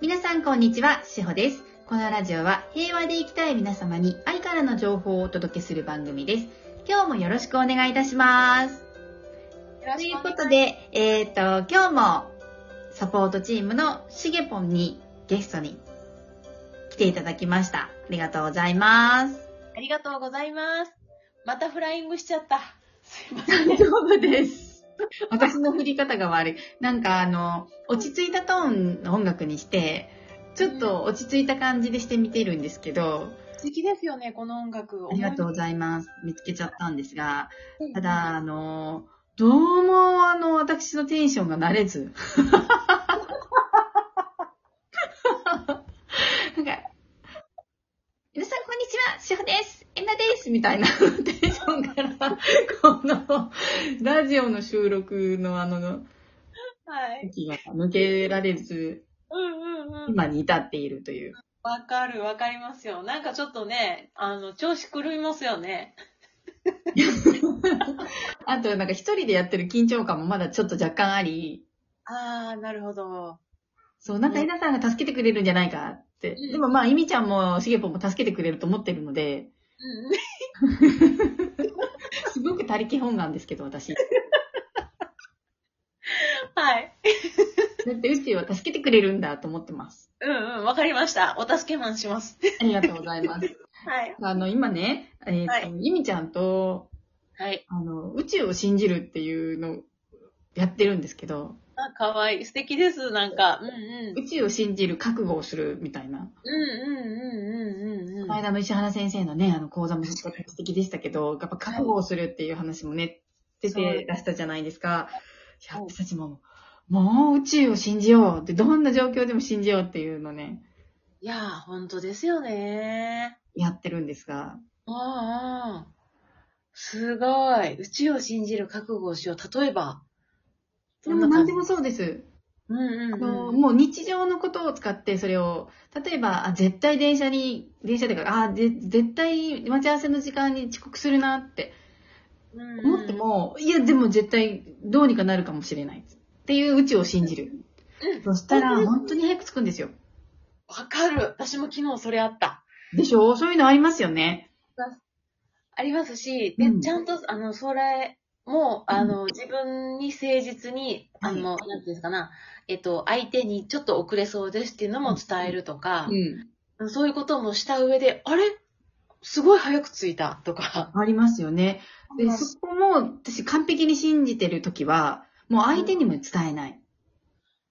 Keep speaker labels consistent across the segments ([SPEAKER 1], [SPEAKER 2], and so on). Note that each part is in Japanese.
[SPEAKER 1] 皆さんこんにちは、しほです。このラジオは平和で生きたい皆様に愛からの情報をお届けする番組です。今日もよろしくお願いいたします。
[SPEAKER 2] よろ
[SPEAKER 1] と
[SPEAKER 2] し
[SPEAKER 1] い
[SPEAKER 2] く
[SPEAKER 1] う
[SPEAKER 2] お願
[SPEAKER 1] ことで、えっ、と、今日もサポートチームのしげぽんにゲストに来ていただきました。ありがとうございます。
[SPEAKER 2] ありがとうございます。またフライングしちゃ った。すいません。
[SPEAKER 1] 大丈夫です。私の振り方が悪い。なんかあの、落ち着いたトーンの音楽にして、ちょっと落ち着いた感じでしてみてるんですけど、
[SPEAKER 2] 素敵ですよね、この音楽。
[SPEAKER 1] ありがとうご
[SPEAKER 2] い
[SPEAKER 1] ざいます。見つけちゃったんですが、
[SPEAKER 2] ます
[SPEAKER 1] ただ、あの、どうも、あの、私のテンションが慣れず。 なんか、皆さんこんにちは、しほです、えなです、みたいな テンションから、この、ラジオの収録のあの、
[SPEAKER 2] はい。
[SPEAKER 1] 息が抜けられず、
[SPEAKER 2] うんうんうん。
[SPEAKER 1] 今に至っているという。
[SPEAKER 2] わかる、わかりますよ。なんかちょっとね、あの、調子狂いますよね。
[SPEAKER 1] あと、なんか一人でやってる緊張感もまだちょっと若干あり、
[SPEAKER 2] あー、なるほど。
[SPEAKER 1] そう、なんか、
[SPEAKER 2] うん
[SPEAKER 1] えなさんが助けてくれるんじゃないかって。
[SPEAKER 2] うん
[SPEAKER 1] でもまあ、いみちゃんも、しげぽんも助けてくれると思ってるの で、
[SPEAKER 2] うん。
[SPEAKER 1] すごく他力本願ですけど、私。だ
[SPEAKER 2] はい。
[SPEAKER 1] って、宇宙は助けてくれるんだと思ってます。
[SPEAKER 2] うんうん、わかりました。お助けマンします。
[SPEAKER 1] ありがとうございます。
[SPEAKER 2] はい。
[SPEAKER 1] あの、今ね、えっ、
[SPEAKER 2] は
[SPEAKER 1] と、いみちゃんと、
[SPEAKER 2] はい。
[SPEAKER 1] あの、宇宙を信じるっていうのをやってるんですけど、
[SPEAKER 2] あ、かわいい。素敵です、なんか。うんうん。
[SPEAKER 1] 宇宙を信じる覚悟をするみたいな。
[SPEAKER 2] うんうんうんうんうん
[SPEAKER 1] こ
[SPEAKER 2] うん。
[SPEAKER 1] の間の石原先生のね、あの講座もすごく素敵でしたけど、やっぱ覚悟をするっていう話もね、出てらしたじゃないですか。いや、
[SPEAKER 2] はい
[SPEAKER 1] 私たちも、もう宇宙を信じようって、どんな状況でも信じようっていうのね、
[SPEAKER 2] いやー、ほんとですよね
[SPEAKER 1] やってるんですが、
[SPEAKER 2] うんうん。すごい。宇宙を信じる覚悟をしよう。例えば。
[SPEAKER 1] でも何で
[SPEAKER 2] も。
[SPEAKER 1] もそうです。
[SPEAKER 2] うん
[SPEAKER 1] あ
[SPEAKER 2] うん
[SPEAKER 1] の、
[SPEAKER 2] うん。
[SPEAKER 1] もう日常のことを使ってそれを、例えば、あ、絶対電車に、電車でか、あ、で、絶対待ち合わせの時間に遅刻するなって
[SPEAKER 2] うんうん
[SPEAKER 1] 思って。も、いや、でも絶対どうにかなるかもしれない。っていう宇宙を信じる。そしたら、
[SPEAKER 2] うん
[SPEAKER 1] 本当に早く着くんですよ。
[SPEAKER 2] わかる。私も昨日それあった。
[SPEAKER 1] でしょそういうのありますよね。
[SPEAKER 2] ありますし、で、
[SPEAKER 1] うん
[SPEAKER 2] ちゃんと、あの、それも、あの、自分に誠実に、あの、なんていうんですかな、えっと、相手にちょっと遅れそうですっていうのも伝えるとか、
[SPEAKER 1] ん。
[SPEAKER 2] そういうこともした上で、あれすごい早く着いたとか。
[SPEAKER 1] ありますよね。で、
[SPEAKER 2] うん
[SPEAKER 1] そこも、私完璧に信じてるときは、もう相手にも伝えない。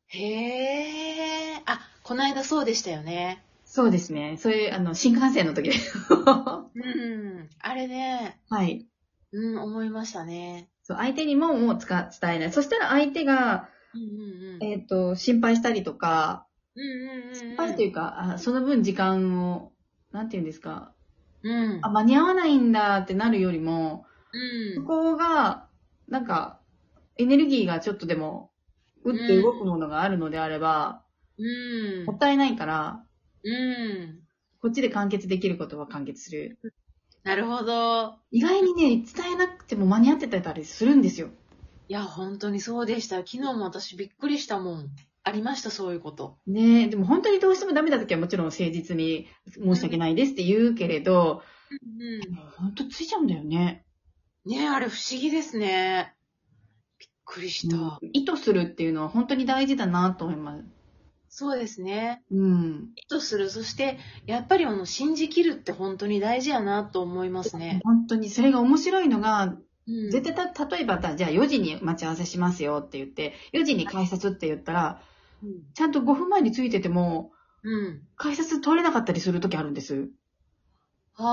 [SPEAKER 2] へえ。あ、この間そうでしたよね。
[SPEAKER 1] そうですね。それ、あの、新幹線の 時です。は
[SPEAKER 2] うん。あれね、
[SPEAKER 1] い。
[SPEAKER 2] うん、思いましたね。
[SPEAKER 1] そう、相手にももうつか伝えない。そしたら相手が、
[SPEAKER 2] うんうんうん。
[SPEAKER 1] えっ、と、心配したりとか、
[SPEAKER 2] うんうんうん。
[SPEAKER 1] 心配というか、あその分時間を、なんて言うんですか、
[SPEAKER 2] うん。
[SPEAKER 1] あ、間に合わないんだってなるよりも、
[SPEAKER 2] う
[SPEAKER 1] そ
[SPEAKER 2] ん。
[SPEAKER 1] こが、なんか、エネルギーがちょっとでも、打って動くものがあるのであれば、
[SPEAKER 2] うん
[SPEAKER 1] もっ。たいないから、
[SPEAKER 2] うん。
[SPEAKER 1] こっちで完結できることは完結する。
[SPEAKER 2] なるほど。
[SPEAKER 1] 意外にね、伝えなくても間に合ってたりするんですよ。
[SPEAKER 2] いや、本当にそうでした。昨日も私びっくりしたもん。ありました、そういうこと。
[SPEAKER 1] ねえ、でも本当にどうしてもダメな時はもちろん誠実に申し訳ないですって言うけれど、
[SPEAKER 2] うん
[SPEAKER 1] 本当ついちゃうんだよね。
[SPEAKER 2] うん。ねあれ不思議ですね。びっくりした。
[SPEAKER 1] 意図するっていうのは本当に大事だなと思います。
[SPEAKER 2] そうですね。
[SPEAKER 1] うん。
[SPEAKER 2] 意図する。そして、やっぱりあの、信じきるって本当に大事やなと思いますね。
[SPEAKER 1] 本当にそれが面白いのが、
[SPEAKER 2] うん
[SPEAKER 1] 絶対た、例えばだ、じゃあ4時に待ち合わせしますよって言って、4時に改札って言ったら、
[SPEAKER 2] うん
[SPEAKER 1] ちゃんと5分前についてても、
[SPEAKER 2] うん。
[SPEAKER 1] 改札取れなかったりする時あるんです。
[SPEAKER 2] は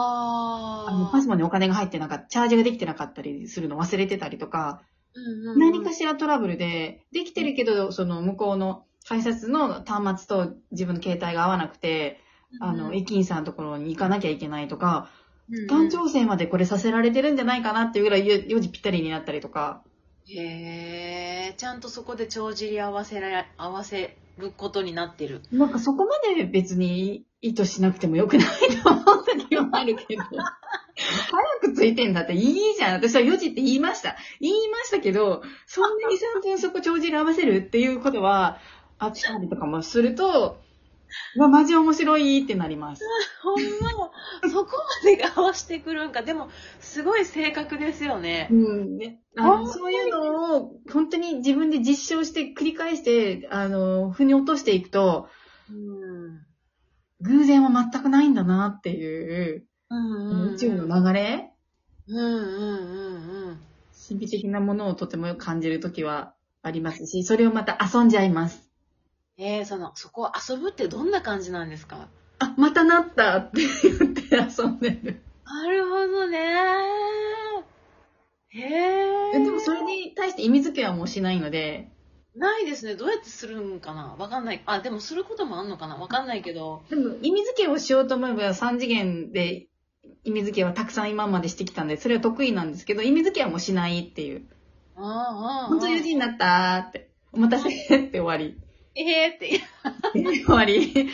[SPEAKER 2] あ。
[SPEAKER 1] あの、パスモにお金が入ってなかった、チャージができてなかったりするの忘れてたりとか、
[SPEAKER 2] うんうんうん
[SPEAKER 1] 何かしらトラブルで、できてるけど、その向こうの改札の端末と自分の携帯が合わなくて、あ
[SPEAKER 2] う
[SPEAKER 1] の、
[SPEAKER 2] んうん
[SPEAKER 1] 駅員さんのところに行かなきゃいけないとか、
[SPEAKER 2] うん
[SPEAKER 1] 単調整までこれさせられてるんじゃないかなっていうぐらい4時ぴったりになったりとか、
[SPEAKER 2] へえ、ちゃんとそこで帳尻合わせられ、合わせることになってる。
[SPEAKER 1] なんかそこまで別に意図しなくてもよくないと思う時はあるけど。早くついてんだっていいじゃん。私は4時って言いました。言いましたけど、そんなに3分そこ帳尻合わせるっていうことは、あったりとかもすると、うわ、マジ面白いってなります。
[SPEAKER 2] ほんま、 そこまで合わしてくるんか。でも、すごい性格ですよね
[SPEAKER 1] う。ん、ね。あ
[SPEAKER 2] ほんま
[SPEAKER 1] の、
[SPEAKER 2] に
[SPEAKER 1] そういうのを、本当に自分で実証して、繰り返して、あの、腑に落としていくと、
[SPEAKER 2] うん。
[SPEAKER 1] 偶然は全くないんだなっていう、
[SPEAKER 2] うんうん。
[SPEAKER 1] 宇宙の流れ
[SPEAKER 2] うんうんうん
[SPEAKER 1] 神秘的なものをとても感じるときはありますし、それをまた遊んじゃいます。
[SPEAKER 2] うん。えー、その、そこ遊ぶってどんな感じなんですか
[SPEAKER 1] あ、またなったって言って遊んでる。
[SPEAKER 2] なるほどねへえ。
[SPEAKER 1] でもそれに対して意味付けはもうしないので、
[SPEAKER 2] ないですね。どうやってするんかなわかんない。あ、でもすることもあんのかなわかんないけど。
[SPEAKER 1] でも意味付けをしようと思えば3次元で意味付けはたくさん今までしてきたんで、それは得意なんですけど、意味付けはもうしないっていう。
[SPEAKER 2] ああ、ああ。
[SPEAKER 1] 本当4時になったーって。お待たせって終わ り。
[SPEAKER 2] ええー、って。
[SPEAKER 1] 終わり。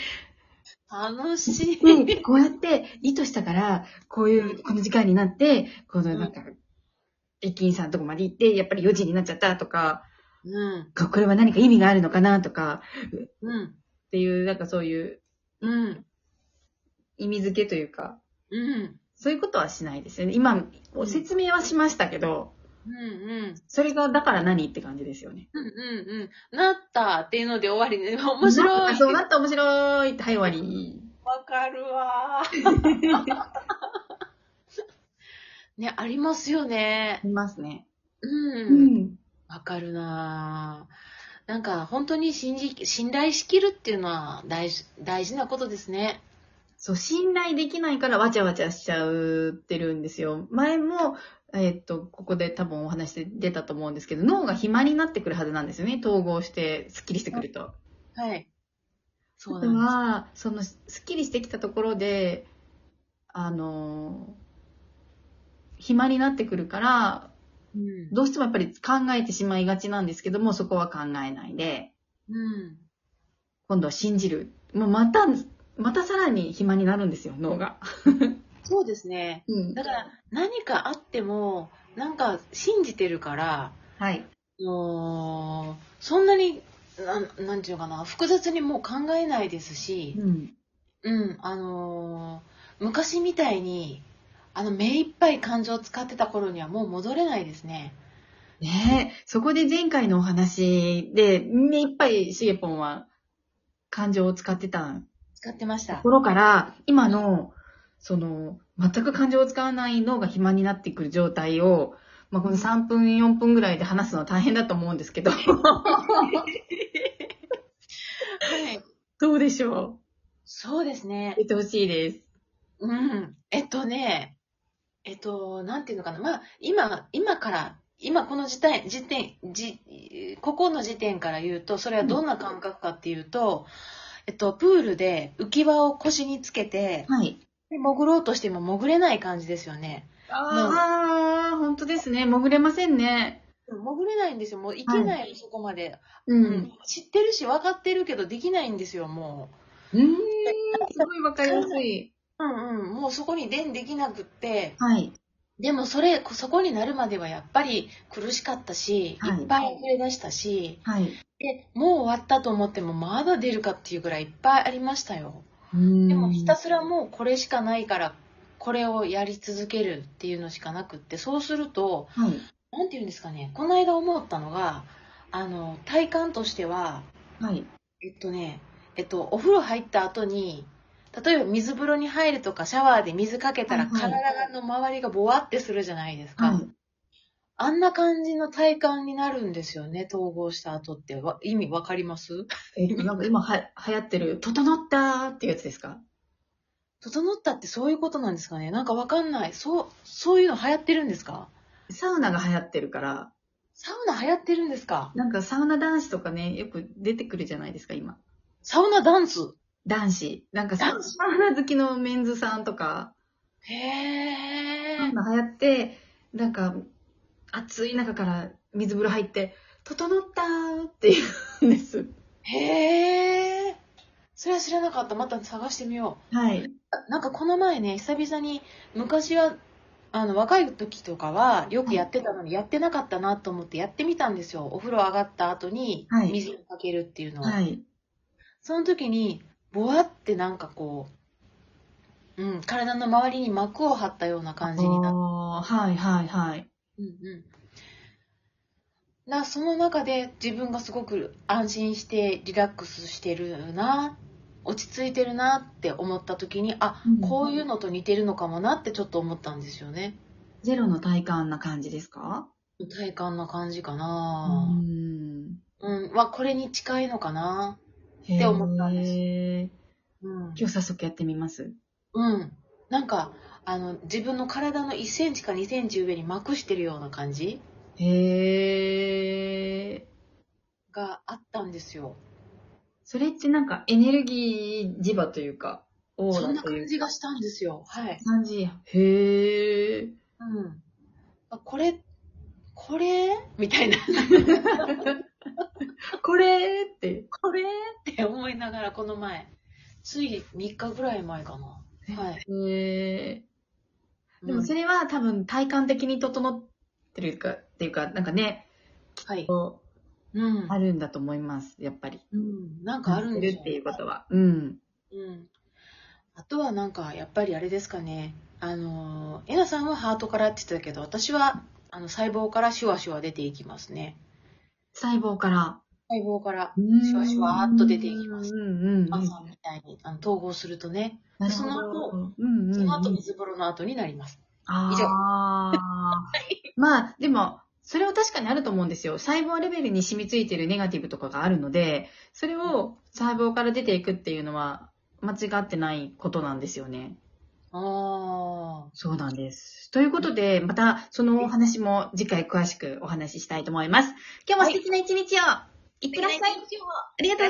[SPEAKER 2] 楽しい。
[SPEAKER 1] で、こうやって意図したから、こういう、この時間になって、このなんか、駅員さんのとこまで行って、やっぱり4時になっちゃったとか、
[SPEAKER 2] うん。
[SPEAKER 1] ここれは何か意味があるのかなとか、
[SPEAKER 2] うん。
[SPEAKER 1] っていう、なんかそういう
[SPEAKER 2] うん。
[SPEAKER 1] 意味付けというか、
[SPEAKER 2] うん。
[SPEAKER 1] そういうことはしないですよね。今、お説明はしましたけど、
[SPEAKER 2] うん。うん。
[SPEAKER 1] それがだから何って感じですよね。
[SPEAKER 2] うんうんうん。なったっていうので終わりね。面白
[SPEAKER 1] あ
[SPEAKER 2] い。
[SPEAKER 1] そうなった面白いって、はい終わり。
[SPEAKER 2] わかるわ。ね、ありますよね
[SPEAKER 1] あ。りますね。う
[SPEAKER 2] うん。。わかるななんか本当に信じ、信頼しきるっていうのは大事、大事なことですね。
[SPEAKER 1] そう、信頼できないからわちゃわちゃしちゃうってるんですよ。前も、えっと、ここで多分お話で出たと思うんですけど、脳が暇になってくるはずなんですよね。統合して、スッキリしてくると。
[SPEAKER 2] はい。そう
[SPEAKER 1] で
[SPEAKER 2] なん
[SPEAKER 1] は、その、スッキリしてきたところで、あの、暇になってくるから、
[SPEAKER 2] です。
[SPEAKER 1] どうしてもやっぱり考えてしまいがちなんですけども、そこは考えないで、
[SPEAKER 2] うん。うん。
[SPEAKER 1] 今度は信じる。もうまた、またさらに暇になるんですよ、脳が。
[SPEAKER 2] そうですね。
[SPEAKER 1] うん
[SPEAKER 2] だから何かあっても、なんか信じてるから、
[SPEAKER 1] はい。
[SPEAKER 2] あのーそんなに、なんなんていうのかな、複雑にもう考えないですし、
[SPEAKER 1] うん。
[SPEAKER 2] うん、あのー昔みたいに、あの、目いっぱい感情を使ってた頃にはもう戻れないですね。
[SPEAKER 1] ねえ、そこで前回のお話で、目いっぱいしげぽんは感情を使ってた
[SPEAKER 2] 使ってまし
[SPEAKER 1] と
[SPEAKER 2] た。
[SPEAKER 1] ころから、今の、その、全く感情を使わない脳が暇になってくる状態を、まあ、この3分、4分ぐらいで話すのは大変だと思うんです けど、
[SPEAKER 2] はい。
[SPEAKER 1] どうでしょ
[SPEAKER 2] そうですね
[SPEAKER 1] う。言ってほしいです。
[SPEAKER 2] うん。えっとね、えっと、なんていうのかな。まあ、今、今から、今この時点、時点、じ、ここの時点から言うと、それはどんな感覚かっていうと、えっと、プールで浮き輪を腰につけて、
[SPEAKER 1] はい。
[SPEAKER 2] で潜ろうとしても潜れない感じですよね。
[SPEAKER 1] ああ、本当ですね。潜れませんね。
[SPEAKER 2] 潜れないんですよ。もう行けないよ、そこまで。
[SPEAKER 1] う。
[SPEAKER 2] うんん。知ってるし、分かってるけど、できないんですよ、もう。
[SPEAKER 1] うーん、すごいわかりやすい。
[SPEAKER 2] うんうん。もうそこに伝できなくって、
[SPEAKER 1] はい。
[SPEAKER 2] でもそれそこになるまではやっぱり苦しかったし、
[SPEAKER 1] はい
[SPEAKER 2] い、っぱい溢れ出したし
[SPEAKER 1] はい。
[SPEAKER 2] でもう終わったと思ってもまだ出るかっていうぐらいいっぱいありましたよ
[SPEAKER 1] で
[SPEAKER 2] でもひたすらもうこれしかないからこれをやり続けるっていうのしかなくってそうすると
[SPEAKER 1] はい。
[SPEAKER 2] 何て言うんですかねこの間思ったのがあの体感としては
[SPEAKER 1] はい。
[SPEAKER 2] えっとねえっとお風呂入った後に例えば水風呂に入るとかシャワーで水かけたら
[SPEAKER 1] はいはい
[SPEAKER 2] 体の周りがボワってするじゃないですか、
[SPEAKER 1] はい。
[SPEAKER 2] あんな感じの体感になるんですよね、統合した後って。わ意味わかります
[SPEAKER 1] えっと、なんか今は流行ってる、整ったーっていうやつですか
[SPEAKER 2] 整ったってそういうことなんですかねなんかわかんない。そう、そういうの流行ってるんですか
[SPEAKER 1] サウナが流行ってるから、
[SPEAKER 2] サウナ流行ってるんですか
[SPEAKER 1] なんかサウナ男子とかね、よく出てくるじゃないですか、今。
[SPEAKER 2] サウナダンス
[SPEAKER 1] 男子。なんかサ
[SPEAKER 2] 男子
[SPEAKER 1] サウナ好きのメンズさんとか、サウ
[SPEAKER 2] へー。
[SPEAKER 1] ナ流行って、なんか、暑い中から水風呂入って、整ったーって言うんです。
[SPEAKER 2] へー。それは知らなかった。また探してみよう
[SPEAKER 1] はい。。
[SPEAKER 2] あなんかこの前ね、久々に、昔は、あの、若い時とかは、よくやってたのに、やってなかったなと思ってやってみたんですよ。お風呂上がった後に
[SPEAKER 1] は、い
[SPEAKER 2] 水をかけるっていうのを。
[SPEAKER 1] はい。
[SPEAKER 2] その時に、ぼわってなんかこう、うん、体の周りに膜を張ったような感じになる。
[SPEAKER 1] あーはいはいはい。
[SPEAKER 2] うんうん。な、その中で自分がすごく安心してリラックスしてるな、落ち着いてるなって思った時に、あ、こういうのと似てるのかもなってちょっと思ったんですよね。
[SPEAKER 1] ゼロの体感な感じですか
[SPEAKER 2] 体感な感じか
[SPEAKER 1] う
[SPEAKER 2] な。
[SPEAKER 1] ん。
[SPEAKER 2] うん、まあこれに近いのかな。
[SPEAKER 1] って
[SPEAKER 2] 思ったんです
[SPEAKER 1] 今
[SPEAKER 2] うん。
[SPEAKER 1] 日早速やってみます。
[SPEAKER 2] うん。なんか、あの、自分の体の1センチか2センチ上にまくしてるような感じ
[SPEAKER 1] へえ。
[SPEAKER 2] があったんですよ。
[SPEAKER 1] それってなんかエネルギー磁場というか、オ
[SPEAKER 2] そん
[SPEAKER 1] ーラ
[SPEAKER 2] な
[SPEAKER 1] とい
[SPEAKER 2] 感
[SPEAKER 1] う
[SPEAKER 2] じがしたんですよ。はい。
[SPEAKER 1] 感じ。へえ。
[SPEAKER 2] うん。あこれ、これみたいなっ
[SPEAKER 1] これーって。これ
[SPEAKER 2] て思いながら、この前、つい3日ぐらい前かな。はい。
[SPEAKER 1] へえ。でも
[SPEAKER 2] うん
[SPEAKER 1] それは多分体感的に整ってるか、っていうか、なんかね、
[SPEAKER 2] はい。
[SPEAKER 1] こ
[SPEAKER 2] うん
[SPEAKER 1] う。あるんだと思います、やっぱり。
[SPEAKER 2] うん。なんかあるんで
[SPEAKER 1] る
[SPEAKER 2] すよ
[SPEAKER 1] っていうことは。うん。
[SPEAKER 2] うん。あとはなんか、やっぱりあれですかね。あのー、えなさんはハートからって言ってたけど、私は、あの、細胞からシュワシュワ出ていきますね。
[SPEAKER 1] 細胞から。
[SPEAKER 2] 細胞から、
[SPEAKER 1] うーん
[SPEAKER 2] シュワシュワーっと出ていきます。
[SPEAKER 1] うんうんうん。
[SPEAKER 2] 朝みたいに、あの、統合するとね、
[SPEAKER 1] なるほど
[SPEAKER 2] その後、
[SPEAKER 1] うんうんうん、
[SPEAKER 2] その後水風呂の後になります。以上
[SPEAKER 1] ああ。まあ、でも、それは確かにあると思うんですよ。細胞レベルに染みついてるネガティブとかがあるので、それを細胞から出ていくっていうのは間違ってないことなんですよね。
[SPEAKER 2] ああ。
[SPEAKER 1] そうなんです。ということで、またそのお話も次回詳しくお話ししたいと思います。今日も素敵な一日を、い、ってらっしゃい。ありがとうございました